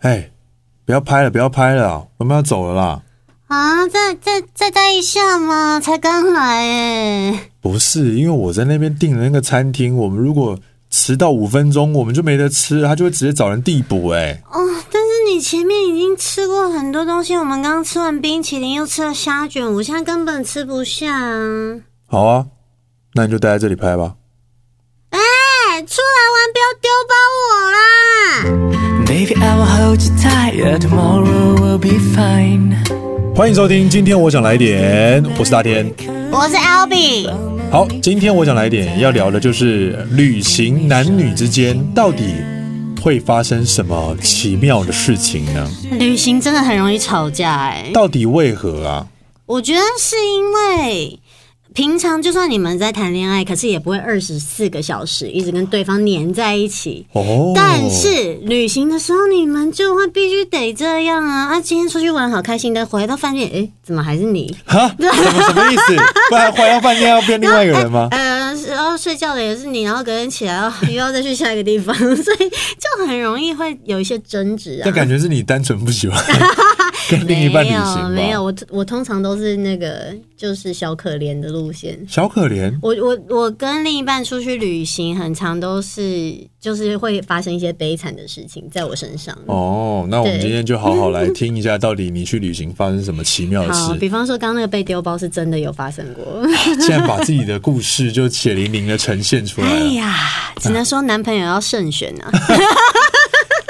哎，不要拍了，不要拍了啊，我们要走了啦。啊，再再再待一下嘛，才刚来哎。不是，因为我在那边订了那个餐厅，我们如果迟到五分钟，我们就没得吃，他就会直接找人递补、哎，哦，但是你前面已经吃过很多东西，我们刚吃完冰淇淋，又吃了虾卷，我现在根本吃不下啊。好啊，那你就待在这里拍吧。哎、出来玩不要丢包我啦！ Baby, I will hold you tight. Yeah, tomorrow will be fine. 欢迎收听，今天我想来点，我是大天。我是 L B，好，今天我想来点要聊的就是旅行男女之间到底会发生什么奇妙的事情呢？旅行真的很容易吵架哎、到底为何啊？我觉得是因为平常就算你们在谈恋爱，可是也不会二十四个小时一直跟对方黏在一起。哦，但是旅行的时候，你们就会必须得这样啊！啊，今天出去玩好开心的，回到饭店，诶，怎么还是你？哈，什么什么意思？不然回到饭店要变另外一个人吗？呃，然后睡觉的也是你，然后隔天起来哦又又要再去下一个地方， 所以就很容易会有一些争执啊但。感觉是你单纯不喜 欢跟另一半旅行吧？没有，没有，我我通常都是那个就是小可怜的路线。小可怜我我我跟另一半出去旅行，很常都是就是会发生一些悲惨的事情在我身上。哦。那我们对今天就好好来听一下，到底你去旅行发生什么奇妙的好，事？比方说刚刚那个被丢包是真的有发生过。竟然把自己的故事就血淋淋的呈现出来哎了。呀，只能说男朋友要慎选啊。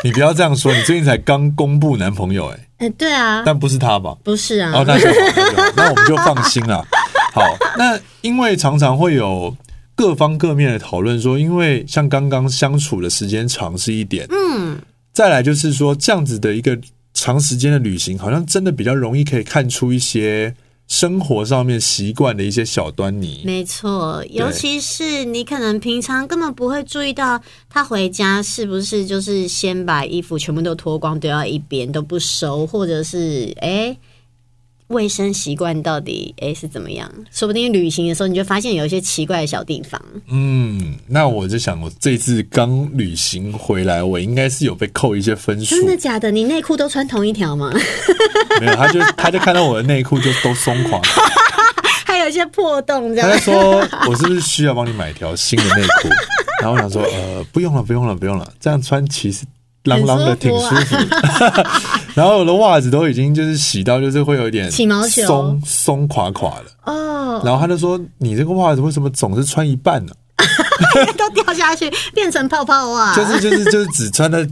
你不要这样说，你最近才刚公布男朋友哎、哎，对啊，但不是他吧？不是啊，哦，那就好，那就好，那我们就放心了。好，那因为常常会有各方各面的讨论说，因为像刚刚相处的时间长是一点，嗯，再来就是说这样子的一个长时间的旅行，好像真的比较容易可以看出一些生活上面习惯的一些小端倪。没错，尤其是你可能平常根本不会注意到他回家是不是就是先把衣服全部都脱光丢到一边都不收，或者是哎卫生习惯到底哎是怎么样？说不定旅行的时候你就发现有一些奇怪的小地方。嗯，那我就想，我这次刚旅行回来，我应该是有被扣一些分数真，的假的？你内裤都穿同一 条吗？没有？他就他就看到我的内裤就都松垮。还有一些破洞这他样就。说：“我是不是需要帮你买一条新的内 裤？”然后我想说：“呃，不用了，不用了，不用了，这样穿其实啷啷的挺很舒舒服啊服。 然后我的袜子都已经就是洗到就是会有一点起毛球松松垮垮的。哦， 然后他就说：“你这个袜子为什么总是穿一半呢、都掉下去变成泡泡袜。就是就是就是只穿在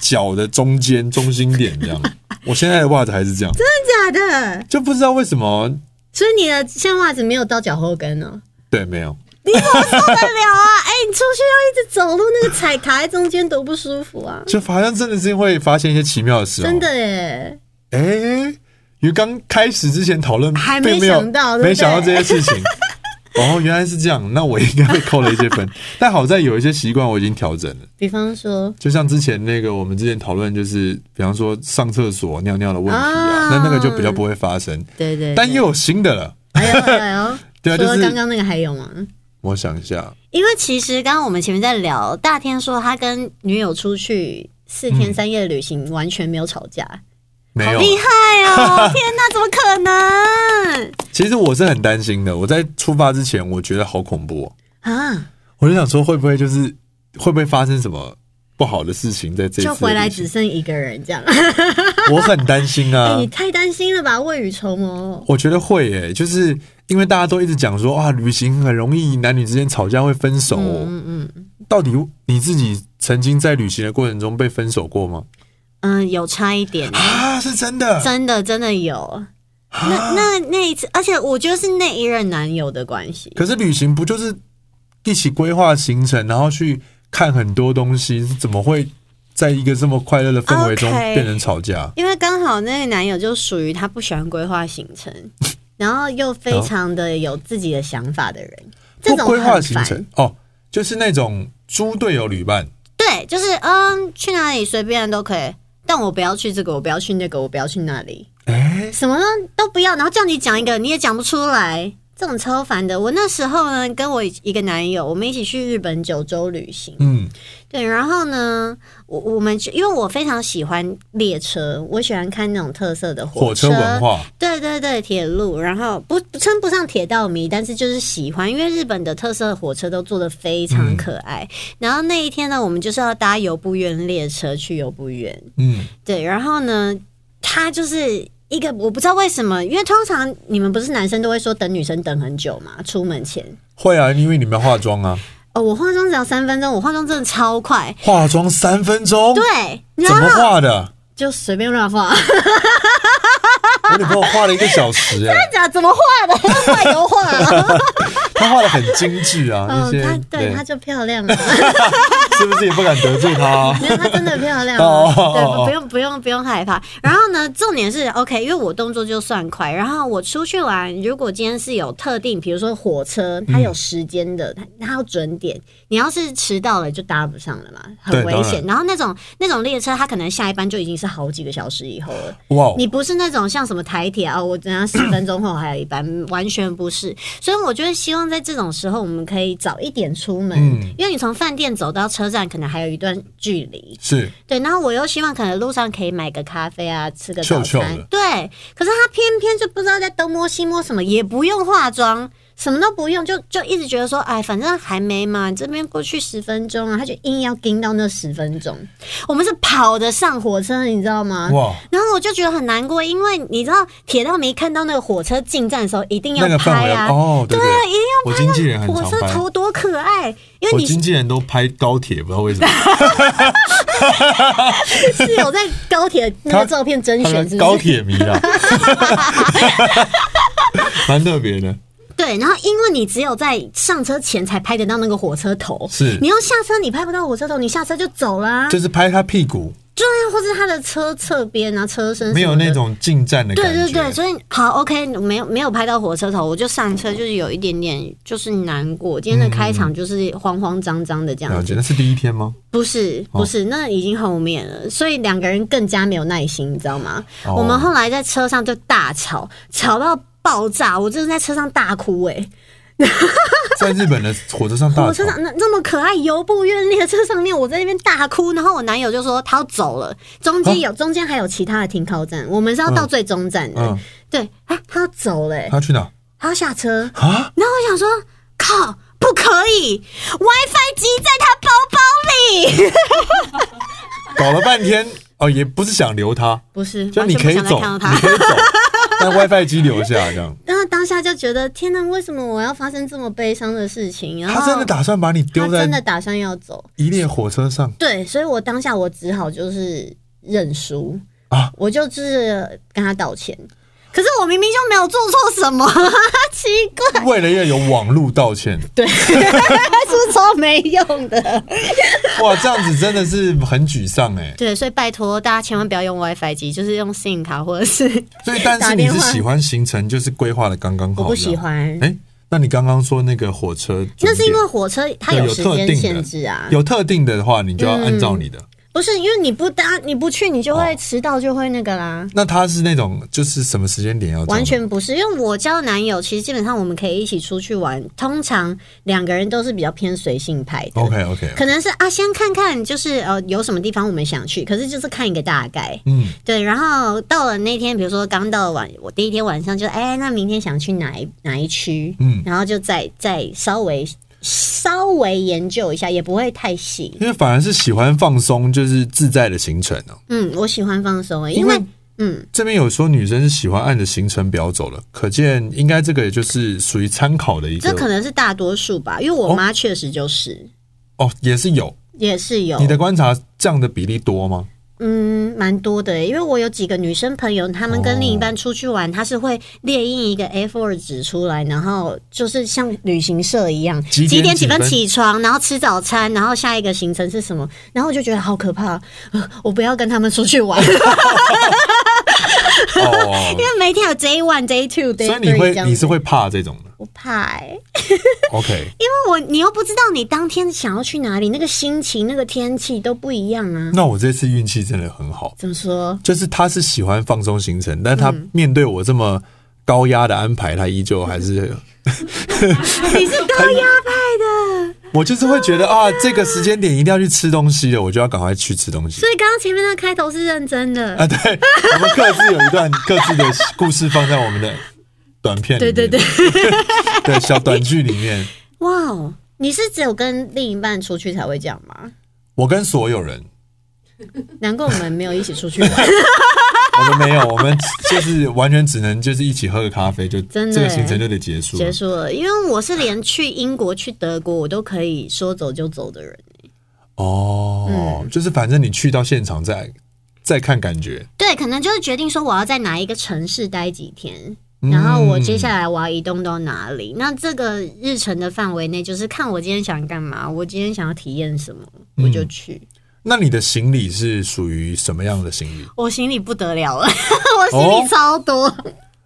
脚的中间中心点 这样。我现在的袜子还是这样，真的假的？就不知道为什么。所以你的线袜子没有到脚后跟哦。对，没有。”你怎么 受得了啊？哎、你出去要一直走路，那个踩卡在中间多不舒服啊！就好像真的是会发现一些奇妙的事哦，真的耶，哎、因为刚开始之前讨论还没并没有想到对不对没想到这些事 情。哦，原来是这样，那我应该被扣了一些分。 但好在有一些习惯我已经调整了，比方说，就像之前那个我们之前讨论，就是比方说上厕所尿尿的问题啊，啊那那个就比较不会发生。对对但又有新的了，哎呦 哎呦，对啊除了就是刚刚那个还有吗？我想一下，因为其实刚刚我们前面在聊，大天说他跟女友出去四天三夜的旅行完全没有吵架，嗯没好有。啊厉害哦！天哪，怎么可能其实我是很担心的，我在出发之前我觉得好恐怖、哦， 啊？我就想说会不会就是会不会发生什么不好的事情在这一次就的回来旅行啊只剩一个人这样，我很担心啊。 哎，你太担心了吧？未雨绸缪。我觉得会耶，就是因为大家都一直讲说啊，旅行很容易男女之间吵架会分手。嗯嗯嗯到底你自己曾经在旅行的过程中被分手过吗？嗯，有差一点。啊，是真的。真的真的有。啊那那那一次，而且我觉得是那一任男友的关系，可是旅行不就是一起规划行程，然后去看很多东西，怎么会在一个这么快乐的氛围中 OK 变成吵架？因为刚好那个男友就属于他不喜欢规划行 程，然后又非常的有自己的想法的人，哦这不种规划很行烦。程哦，就是那种猪队友旅伴。对，就是嗯，去哪里随便都可以，但我不要去这个，我不要去那个，我不要去那里，哎、什么呢都不要，然后叫你讲一个你也讲不出来，这种超烦的。我那时候呢，跟我一个男友，我们一起去日本九州旅行，嗯。嗯，对，然后呢，我我们就因为我非常喜欢列车，我喜欢看那种特色的火车车文化，对对对，铁路，然后不不称不上铁道迷，但是就是喜欢，因为日本的特色火车都做的非嗯常可爱。然后那一天呢，我们就是要搭游步园列车去游步园，嗯，对，然后呢，它就是一个我不知道为什么，因为通常你们不是男生都会说等女生等很久嘛，出门前。会啊，因为你们要化妆啊，哦，我化妆只要三分钟，我化妆真的超快，化妆三分钟，对，啊然怎么后化的？就随便乱 画，我女朋友化了一个小时、欸，哎，讲怎么画的，画油 画、她画的很精致啊，一嗯，些、她对她就漂亮了。 是不是也不敢得罪她、没有，她真的漂亮哦啊，哦哦对，不用不用不用害怕。然后呢，重点是 OK，因为我动作就算快，然后我出去玩，如果今天是有特定，比如说火车，它有时间的，它嗯它要准点，你要是迟到了就搭不上了嘛，对很危当险。然后那种那种列车，它可能下一班就已经是好几个小时以后了。哇，你不是那种像什么台铁啊、哦我等下十分钟后还有一班，完全不是。所以我觉得希望在这种时候，我们可以早一点出门，嗯因为你从饭店走到车站可能还有一段距离。是对，然后我又希望可能路上可以买个咖啡啊，吃个早餐。臭臭的对，可是他偏偏就不知道在东摸西摸什么，也不用化妆。什么都不用，就就一直觉得说，哎，反正还没嘛，这边过去十分钟啊，他就硬要盯到那十分钟。我们是跑着上火车，你知道吗？哇，然后我就觉得很难过，因为你知道铁道迷看到那个火车进站的时候，一定要那个范拍围啊，哦，对对，啊一定我经纪人要很火常车拍，头多可爱，因为我你经纪人都拍高铁，不知道为什么，是有在高铁那个照片甄他 选，是们不是？高铁迷 啊，蛮特别的，对，然后因为你只有在上车前才拍得到那个火车头，是你要啊下车你拍不到火车头，你下车就走啦、就是拍他屁股，对啊，或是他的车侧边啊，车身什么的没有那。种近战的感对觉，对对，所以好，OK，没有没有拍到火车头，我就上车，就是有一点点就是难过。今天的开场就是慌慌张张的这样了子，解，那是第一天吗？不是哦不是，那已经后面了，所以两个人更加没有耐心，你知道吗？哦我们后来在车上就大吵，吵到爆炸，我真的在车上大哭哎、在日本的火车上大我吵车，上那那么可爱游步院列车上面，我在那边大哭，然后我男友就说他要走了，中间啊有、中间还有其他的停靠站，我们是要到最终站的，嗯，对啊，他要走了、欸，他去哪他要下车，啊？然后我想说靠。不可以，WiFi 机在他包包里。搞了半天哦，也不是想留他， 不是，就完你全可以不想再走，看到你他。可以走，但 WiFi 机留下这样。然后当下就觉得天哪，为什么我要发生这么悲伤的事情？ 然后他真的打算把你丢他真的在打算要走，一列火车上对，所以我当下我只好就是认输啊我就就是跟他道歉。可是我明明就没有做错什么， 奇怪，为了要有网路道 歉，对，是超没用的。哇，这样子真的是很沮丧哎、对，所以拜托大家千万不要用 WiFi 机，就是用 SIM 卡或者是所以，但是打你电话是喜欢行程就是规划的刚刚好，我不喜。欢。哎、那你刚刚说那个火车准点，那是因为火车它对有有时特定间的限制啊，嗯有特定的话，你就要按照你的。不是因为你不搭你不去，你就会哦迟到，就会那个啦。那他是那种就是什么时间点要走的完全不是，因为我交男友，其实基本上我们可以一起出去玩，通常两个人都是比较偏随性派的。 OK OK，可能是啊，先看看就是呃有什么地方我们想去，可是就是看一个大概。嗯，对，然后到了那天，比如说刚到晚，我第一天晚上就哎、那明天想去哪一哪一区？嗯然后就再再稍微稍微研究一下，也不会太细。因为反而是喜欢放松，就是自在的行程哦、嗯，我喜欢放松、欸，因因为为嗯，这边有说女生是喜欢按着行程表走的，可见应该这个也就是属于参考的一这可个能是大多数吧，因为我哦妈确实就是、哦，也是有。也是有你的观察这样的比例多吗？嗯，蛮多的耶，因为我有几个女生朋友，她们哦跟另一半出去玩，她是会列印一个 A4 纸出来，然后就是像旅行社一样，几点点几几分分起床，然后吃早餐，然后下一个行程是什么，然后我就觉得好可怕， 呃我不要跟他们出去玩， 因哦，为每天有 Day One、Day Two、Day 所 Three 以你这会样你是子。会怕这种的。我怕、欸， OK，因为我你又不知道你当天想要去哪里，那个心情、那个天气都不一样啊。那我这次运气真的很好，怎 么说？就是他是喜欢放松行程，但他面对我这么高压的安排，他依旧还是 你是高压派的，我就是会觉得啊，这个时间点一定要去吃东西了，我就要赶快去吃东西 所。以刚刚前面那个开头是认真的，啊，对，我们各自有一段各自的故事放在我们的短片里对面，对对， 对小短剧里面，哇哦，你是只有跟另一半出去才会这样吗？我跟所有人，难怪我们没有一起出去玩，我们没有，我们就是完全只能就是一起喝个咖啡，就真的欸这个行程就得结束了。结束了。因为我是连去英国、去德国，我都可以说走就走的人。哦，嗯就是反正你去到现场再再看感觉，对，可能就是决定说我要在哪一个城市待几天，然后我接下来我要移动到哪里。那这个日程的范围内，就是看我今天想干嘛，我今天想要体验什么，我就去。那你的行李是属于什么样的行李？我行李不得了 了，我行李超多，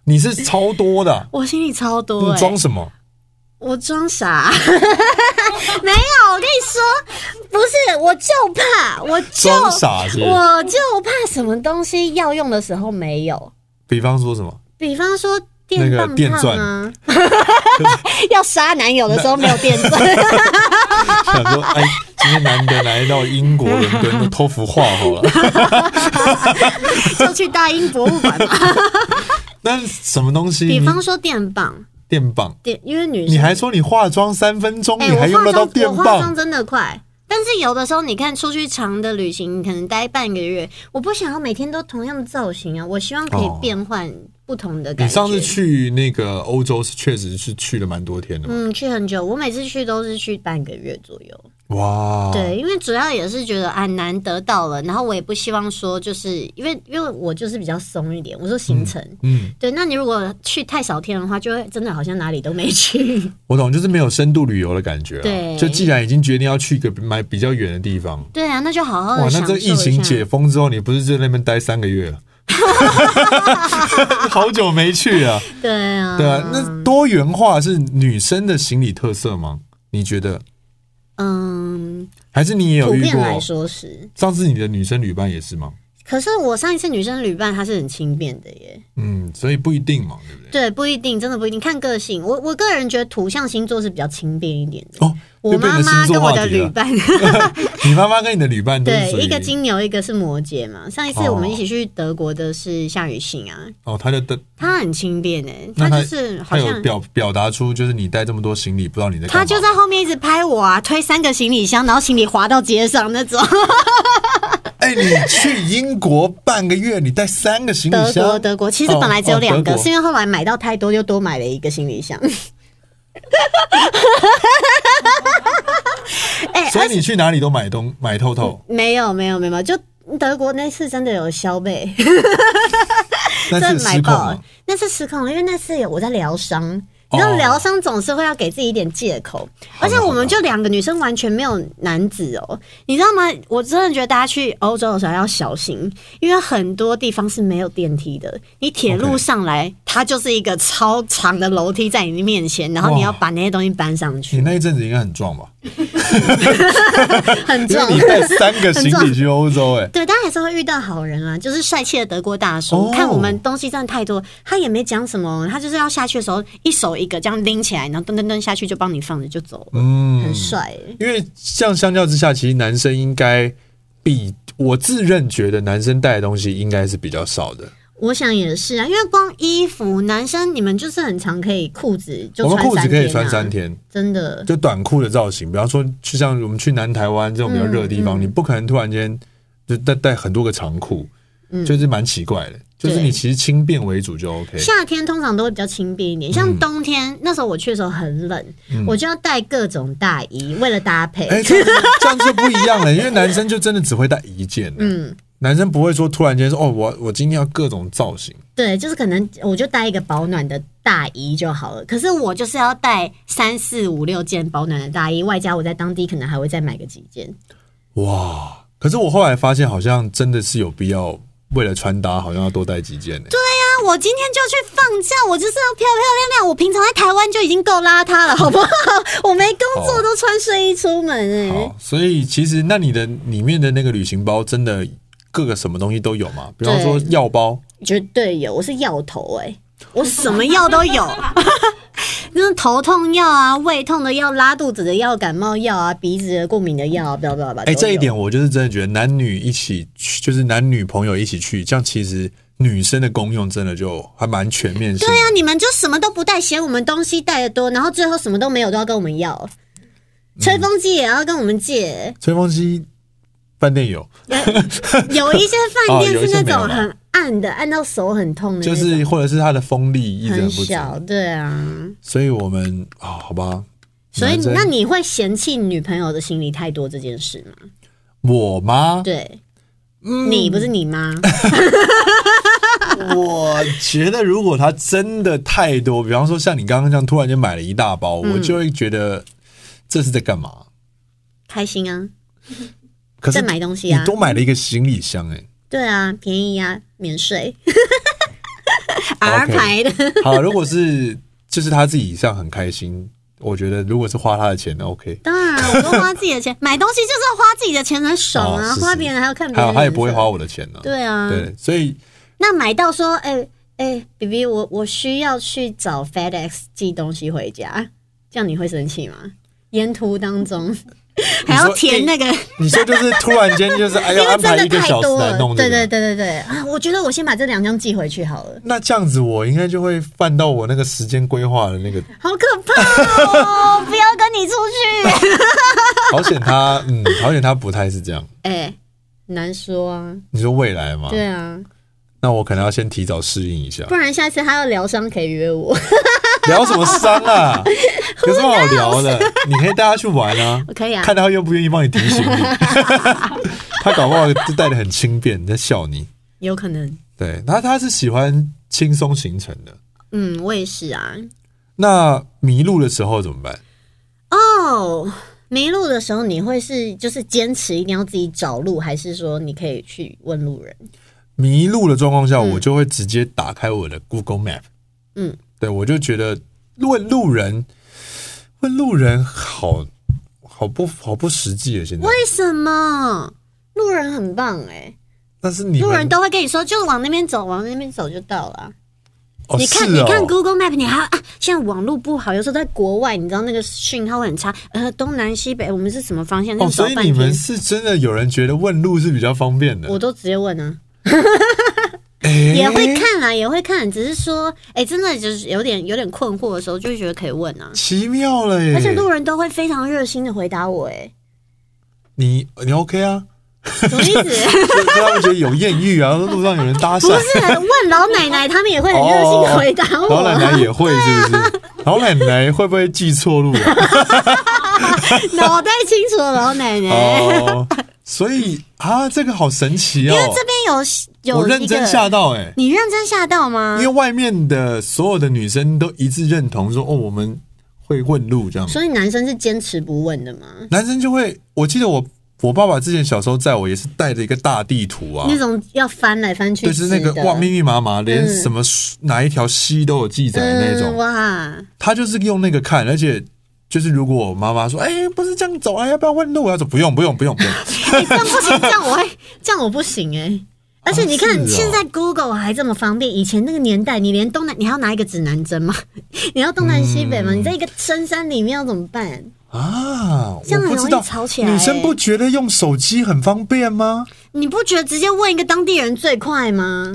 你是超多 的啊，我行李超多、你欸，装什么？我装傻， 没有，我跟你说，不是，我就怕，我就装傻是不是我就怕什么东西要用的时候没有，比方说什么？比方说电那棒个电棒啊， 要杀男友的时候没有电钻，想说，哎，今天难得来到英国伦敦，就偷幅画好了。 就去大英博物馆 嘛。嗯那什么东西？你比方说电棒，电棒，电因为女生你还说你化妆三分钟，哎、你还用得到电我化妆我化棒妆？真的快。但是有的时候，你看出去长的旅行，你可能待半个月，我不想要每天都同样的造型啊，我希望可以哦变换不同的感觉。你上次去那个欧洲是确实是去了蛮多天的嘛，嗯，去很久，我每次去都是去半个月左右。哇，嗯对，因为主要也是觉得啊难得到了，然后我也不希望说就是因为因为我就是比较松一点，我说行程。嗯，对，那你如果去太少天的话，就会真的好像哪里都没去。 我懂，就是没有深度旅游的感觉、啊。对就既然已经决定要去一个买比较远的地方，对啊，那就好好哇的，那享受这一下。疫情解封之后，你不是在那边待三个月 了？好久没去了，对啊，对啊。那多元化是女生的行李特色吗？你觉得？嗯，还是你也普有遇遍过哦来？说是。上次你的女生旅伴也是吗？可是我上一次女生旅伴她是很轻便的耶，嗯，所以不一定嘛，对不对？对，不一定，真的不一定，看个性。我我个人觉得土象星座是比较轻便一点的。哦，我又变妈成妈星跟座我话的题旅了。 伴，你妈妈跟你的旅伴都是对属，于 一个金牛，一个是摩羯嘛。上一次哦我们一起去德国的是夏雨欣啊，哦，她就的，她很轻便诶、那她她就是她好有像表表达出就是你带这么多行李，不知道你在干她嘛。就在后面一直拍我啊，推三个行李箱，然后行李滑到街上那种。哎、你去英国半个月，你带三个行德李箱。国德国其实本来只哦有哦两个，德国是因为后来买到太多，又多买了一个行李箱。哎、所以你去哪里都买东买透透，没有没有没有，就德国那次真的有消费。 但真是的买失控爆了。，那次失控了，因为那次有我在疗伤，你知道哦疗伤总是会要给自己一点借口，好的而且我们就两个女生完全没有男子哦，你知道吗？我真的觉得大家去欧洲的时候要小心，因为很多地方是没有电梯的，你铁路 OK 上来，它就是一个超长的楼梯在你面前，然后你哇要把那些东西搬上你 去，那一阵子应该很壮吧？很因重为。你带三个行李去欧洲、哎，对，但还是会遇到好人啊，就是帅气的德国大叔。哦看我们东西真的太多，他也没讲什么，他就是要下去的时候，一手一个这样拎起来，然后噔噔噔下去就帮你放着就走了，嗯，很帅耶、因为像相较之下，其实男生应该比我自认觉得男生带的东西应该是比较少的。我想也是啊，因为光衣服，男生你们就是很常可以裤子就我们穿裤三天、啊，子可以穿三，天，真的。就短裤的造型。比方说，就像我们去南台湾这种比较热的地方，你不可能突然间就带带很多个长裤，就是蛮奇怪的。就是对你其实轻便为主就 OK。夏天通常都会比较轻便一点，嗯像冬天、那时候我去的时候很冷，我就要带各种大衣，为了搭配。哎、这样就这样就不一样了，因为男生就真的只会带一件，嗯，男生不会说突然间说哦，我我今天要各种造型，对，就是可能我就带一个保暖的大衣就好了。可是我就是要带三四五六件保暖的大衣，外加我在当地可能还会再买个几件。啊哇！可是我后来发现，好像真的是有必要为了穿搭，好像要多带几件呢、那我今天就去放假，我就是要漂漂亮亮。我平常在台湾就已经够邋遢了，好不好？我没工作好都穿睡衣出门哎、哦好，所以其实那你的里面的那个旅行包，真的各个什么东西都有吗？比方说药包，欸绝对有，我是药头哎、我什么药都有。就是头痛药啊、胃痛的药、拉肚子的药、感冒药啊、鼻子的过敏的药啊，不要不要吧。哎、都这一有点我就是真的觉得男女一起去，就是男女朋友一起去，这样其实女生的功用真的就还蛮全面性的。对啊，你们就什么都不带，嫌我们东西带的多，然后最后什么都没有都要跟我们要，吹风机也要跟我们借。吹风机饭店有，有一些饭哦店有一是些那没有种啦很暗的，暗到手很痛的就那种，是或者是它的风力哦一直很不足，小，对啊。所以我们啊、好吧。所以男生那你会嫌弃女朋友的行李太多这件事嗯吗？我吗？对。嗯你不是你妈， 我觉得如果它真的太多，比方说像你刚刚这样突然间买了一大包，嗯我就会觉得这是在干嘛？开心啊，可是在买东西你啊，多买了一个行李箱、哎。对啊，便宜啊，免税，R OK 牌的，好，如果是就是他自己这样很开心，我觉得如果是花他的钱那 OK。当然我都花自己的钱，买东西就是要花自己的钱才爽哦啊，是是花别人还要看别还有人脸色，他也不会花我的钱呢、对啊，对，所以那买到说，哎、哎、b b 我我需要去找 FedEx 寄东西回家，这样你会生气吗？沿途当中还要填那个，你说就是突然间 就是哎因要为安排真一的个太小时多来了。弄这对个，对对对对啊！我觉得我先把这两张寄回去好了，那这样子我应该就会犯到我那个时间规划的那 个，好可怕哦！不要跟你出去。好险他嗯，好险他不太是这样。哎、难说啊，你说未来嘛，对啊，那我可能要先提早适应一下不。然下次他要疗伤可以约我，聊什么伤 啊？有什么好聊的？你可以带他去玩啊，可以啊。看他愿不愿意帮你提醒 你。他搞不好就带的很轻便，在笑你。有可能，对，他他是喜欢轻松行程的。嗯，我也是啊。那迷路的时候怎么办？哦，迷路的时候你会是就是坚持一定要自己找路，还是说你可以去问路人？迷路的状况下，我就会直接打开我的 Google Map。嗯，对我就觉得问路人，问路人好好不好不实际啊了。现在，为什么？路人很棒哎、但是你们路人都会跟你说，就是往那边走，往那边走就到了啊。哦你看，是你哦看 Google Map，你还要啊，现在网络不好，有时候在国外，你知道那个讯号会很差。呃，东南西北，我们是什么方向？那哦，个走所以半你们天，是真的有人觉得问路是比较方便的我，都直接问啊。诶也会看啦，也会看，只是说，哎、真的就是有点有点困惑的时候，就会觉得可以问啊。奇妙了耶！而且路人都会非常热心的回答 我、欸，你你 OK 啊？哎，什么意思？就就他们觉得有艳遇啊，路上有人搭讪，不是问老奶奶，他们也会很热心的回答我。哦老奶奶也会是不啊是？老奶奶会不会记错路啊？ 脑袋清楚的老奶奶，哦，所以啊，这个好神奇哦哎因为！这边有有我认一真吓个，嗯到哎、你认真吓到吗因为？外面的所有的女生都一致认同说，哦，我们会问路这样。所以男生是坚持不问的吗？男生就会，我记得我我爸爸之前小时候载我也是带着一个大地图啊，那种要翻来翻去对，就是那个吃的哇密密麻麻，连嗯什么哪一条溪都有记载的那种嗯、。哇，他就是用那个看，而且就是如果我妈妈说，哎、不是这样走啊，要不要问路？我要走，不用，不用，不用，不用。哎、这样不行，这样我会，这样我不行哎、而且你看，是哦现在 Google 还这么方便，以前那个年代，你连东南，你还要拿一个指南针吗？ 你要东南西北嗯吗？你在一个深山里面要怎么办？啊， 这样我不知很容易道吵起来哎女生不觉得用手机很方便吗？你不觉得直接问一个当地人最快吗？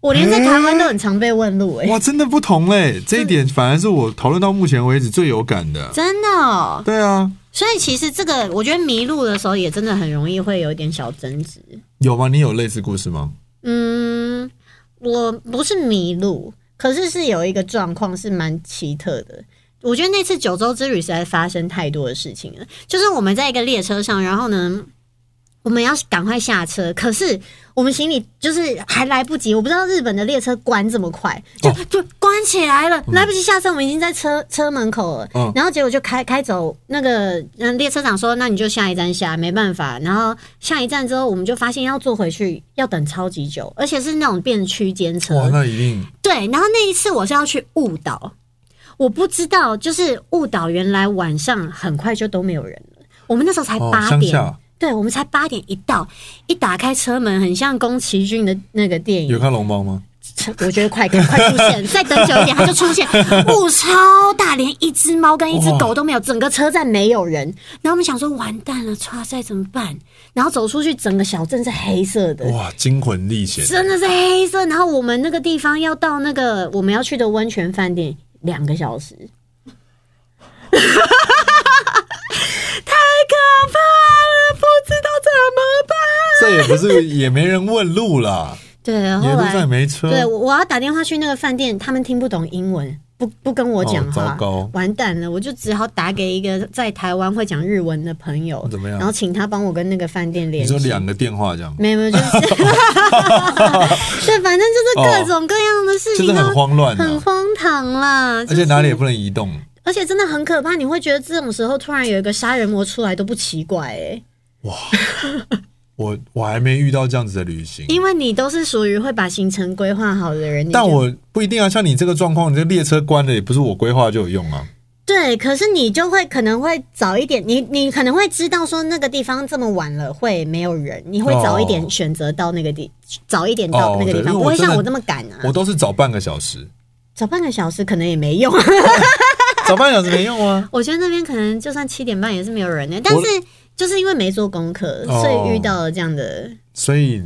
我连在台湾都很常被问路哎、哇，真的不同嘞、这一点反而是我讨论到目前为止最有感的。真的、哦。对啊，所以其实这个，我觉得迷路的时候也真的很容易会有一点小争执。有吗？你有类似故事吗？嗯，我不是迷路，可是是有一个状况是蛮奇特的。我觉得那次九州之旅实在发生太多的事情了，就是我们在一个列车上，然后呢，我们要赶快下车，可是我们行李就是还来不及，我不知道日本的列车关这么快，就、哦就关起来了，来不及下车，我们已经在车车门口了，嗯然后结果就开开走，那个嗯列车长说，那你就下一站下，没办法，然后下一站之后，我们就发现要坐回去要等超级久，而且是那种变区间车，哇，那一定对，然后那一次我是要去误导，我不知道，就是误导原来晚上很快就都没有人了。我们那时候才哦八乡点，下对，我们才八点一到，一打开车门，很像宫崎骏的那个电有影。看龙猫吗？我觉得快看快出 现，再等久一点它就出现，雾超大，连一只猫跟一只狗都没有，整个车站没有人。然后我们想说完蛋了，哇塞怎么办？然后走出去，整个小镇是黑色的，哇，惊魂历险，真的是黑色。然后我们那个地方要到那个我们要去的温泉饭店两个 小时，太可怕了，不知道怎么办。这也不是也没人问路啦，对，沿后路来上也没车，对，我我要打电话去那个饭店，他们听不懂英文，不不跟我讲哦话，糟糕完蛋了，我就只好打给一个在台湾会讲日文的朋友，怎么样然后请他帮我跟那个饭店你联系说。两个电话这样，没有没 有，就是 对，反正就是各种各样的事真情，的然很后慌乱很啊，荒唐啦，就而是且哪里也不能移动，而且真的很可怕，你会觉得这种时候突然有一个杀人魔出来都不奇怪哎、我我还没遇到这样子的旅行，因为你都是属于会把行程规划好的人，你但就我不一定啊，像你这个状况，你这列车关了也不是我规划就有用啊。对，可是你就会可能会早一点，你你可能会知道说那个地方这么晚了会没有人，你会早一点哦选择到那个地，早一点到那个地哦对因为方，我不会真像的我这么赶啊我。都是早半个小 时，早半个小时可能也没用，啊早半个小时没用啊。 我觉得那边可能就算七点半也是没有人的，欸但我是就是因为没做功课，哦所以遇到了这样的。所以，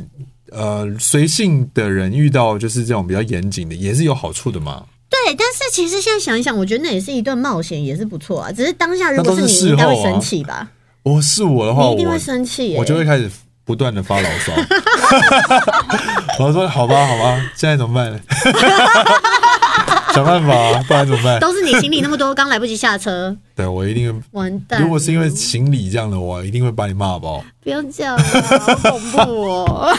呃，随性的人遇到就是这种比较严谨的，也是有好处的嘛。对，但是其实现在想一想，我觉得那也是一段冒险，也是不错啊。只是当下如果那都你，是你应该事后会啊生气吧？我是我的话，你一我定会生气、耶我就会开始不断的发牢 骚。我说好吧，好吧，现在怎么 办？想办法、啊，不然怎么办？都是你行李那么多，刚来不及 下车，对我一定完蛋会，了。如果是因为行李这样的，我一定会把你骂爆。不要这样啊，好恐 怖哦！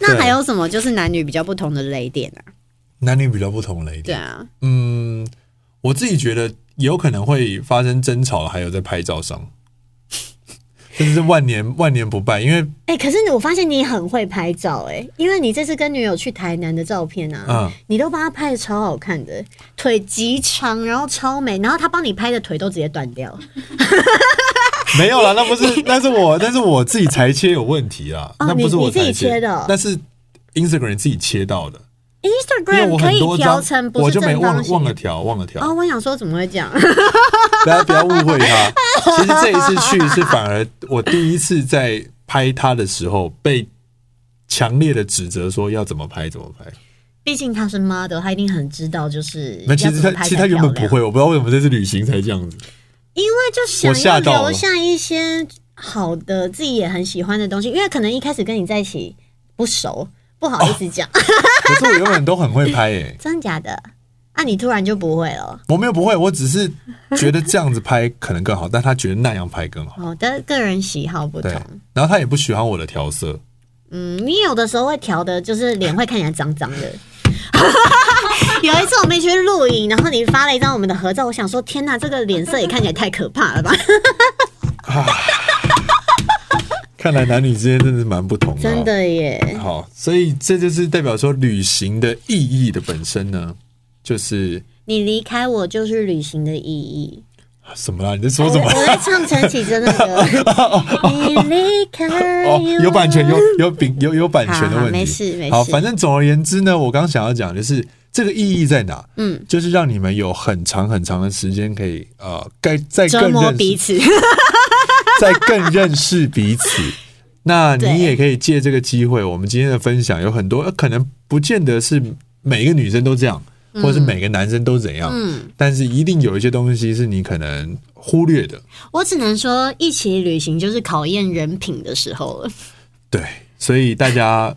那还有什么就是男女比较不同的雷点啊？男女比较不同了一点对。啊，嗯，我自己觉得有可能会发生争吵，还有在拍照上， 这是万年万年不败。因为哎、可是我发现你很会拍照哎、因为你这次跟女友去台南的照片啊，嗯你都帮她拍的超好看的，腿极长，然后超美，然后她帮你拍的腿都直接断掉。没有啦，那不 是，那是我，那是我自己裁切有问题啦，哦那不是你我你自己裁切的哦那是 Instagram 自己切到的，因为 Instagram 我可很多张以调成不我是就没正忘方了形忘了调，忘了调，哦，我想说怎么会这样？ 大家不要误会他。其实这一次去是反而我第一次在拍他的时候被强烈的指责说要怎么拍怎么拍。毕竟她是 model，她一定很知道就是那其实要怎么他拍其实才他原本漂不会，亮我不知道为什么这次旅行才这样子。因为就我吓想到要了留下一些好的，自己也很喜欢的东西，因为可能一开始跟你在一起不熟，不好意思哦讲， 可是我原本都很会拍诶、真的假的？啊，你突然就不会了。我没有不会，我只是觉得这样子拍可能更好，但他觉得那样拍更好。我哦的个人喜好不对同，，然后他也不喜欢我的调色，嗯，你有的时候会调的，就是脸会看起来脏脏的。 有一次我们去露营，然后你发了一张我们的合照，我想说，天哪，这个脸色也看起来太可怕 了吧？看来男女之间真的是蛮不同的、啊真。的耶，好，所以这就是代表说旅行的意义的本身呢，就是你离开我就是旅行的意义。什么啦？啊你在说什我么？我在唱陈绮贞的 歌，你离开我哦，有版权，有有饼，有有版权的好问好题。没事没事好，反正总而言之呢，我刚想要讲就是这个意义在哪？嗯，就是让你们有很长很长的时间可以呃，该再折更磨认彼识，此。 再更认识彼此。那对你也可以借这个机会，我们今天的分享有很多，呃可能不见得是每个女生都这样，或者是每个男生都怎样，嗯，但是一定有一些东西是你可能忽略的。我只能说，一起旅行就是考验人品的时候了。 对，所以大家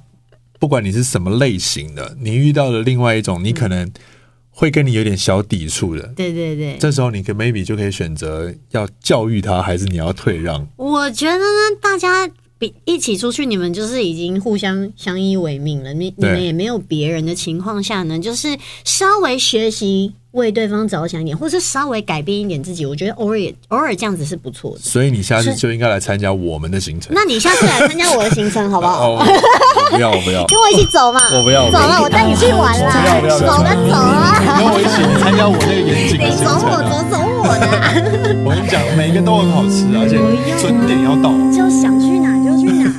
不管你是什么类型的，你遇到了另外一种，你可能会跟你有点小抵触的，对对对，这时候你可 maybe 就可以选择要教育他，还是你要退让。我觉得呢，大家比一起出去，你们就是已经互相相依为命了。你你对们也没有别人的情况下呢，就是稍微学习为对方着想一点，或是稍微改变一点自己。我觉得偶尔也偶尔这样子是不错的。所以你下次就应该来参加我们的行程。那你下次来参加我的行程 好不好？啊哦，我不要，我不要，跟我一起走嘛，我不要，我不走啦，要我带你去玩啦，不要不要不要走啦走啦，跟我一起参加我那个严谨的你行走程我啊。走走我的啊，我跟你讲，每个都很好吃，而且准点要到。就想去哪就去哪。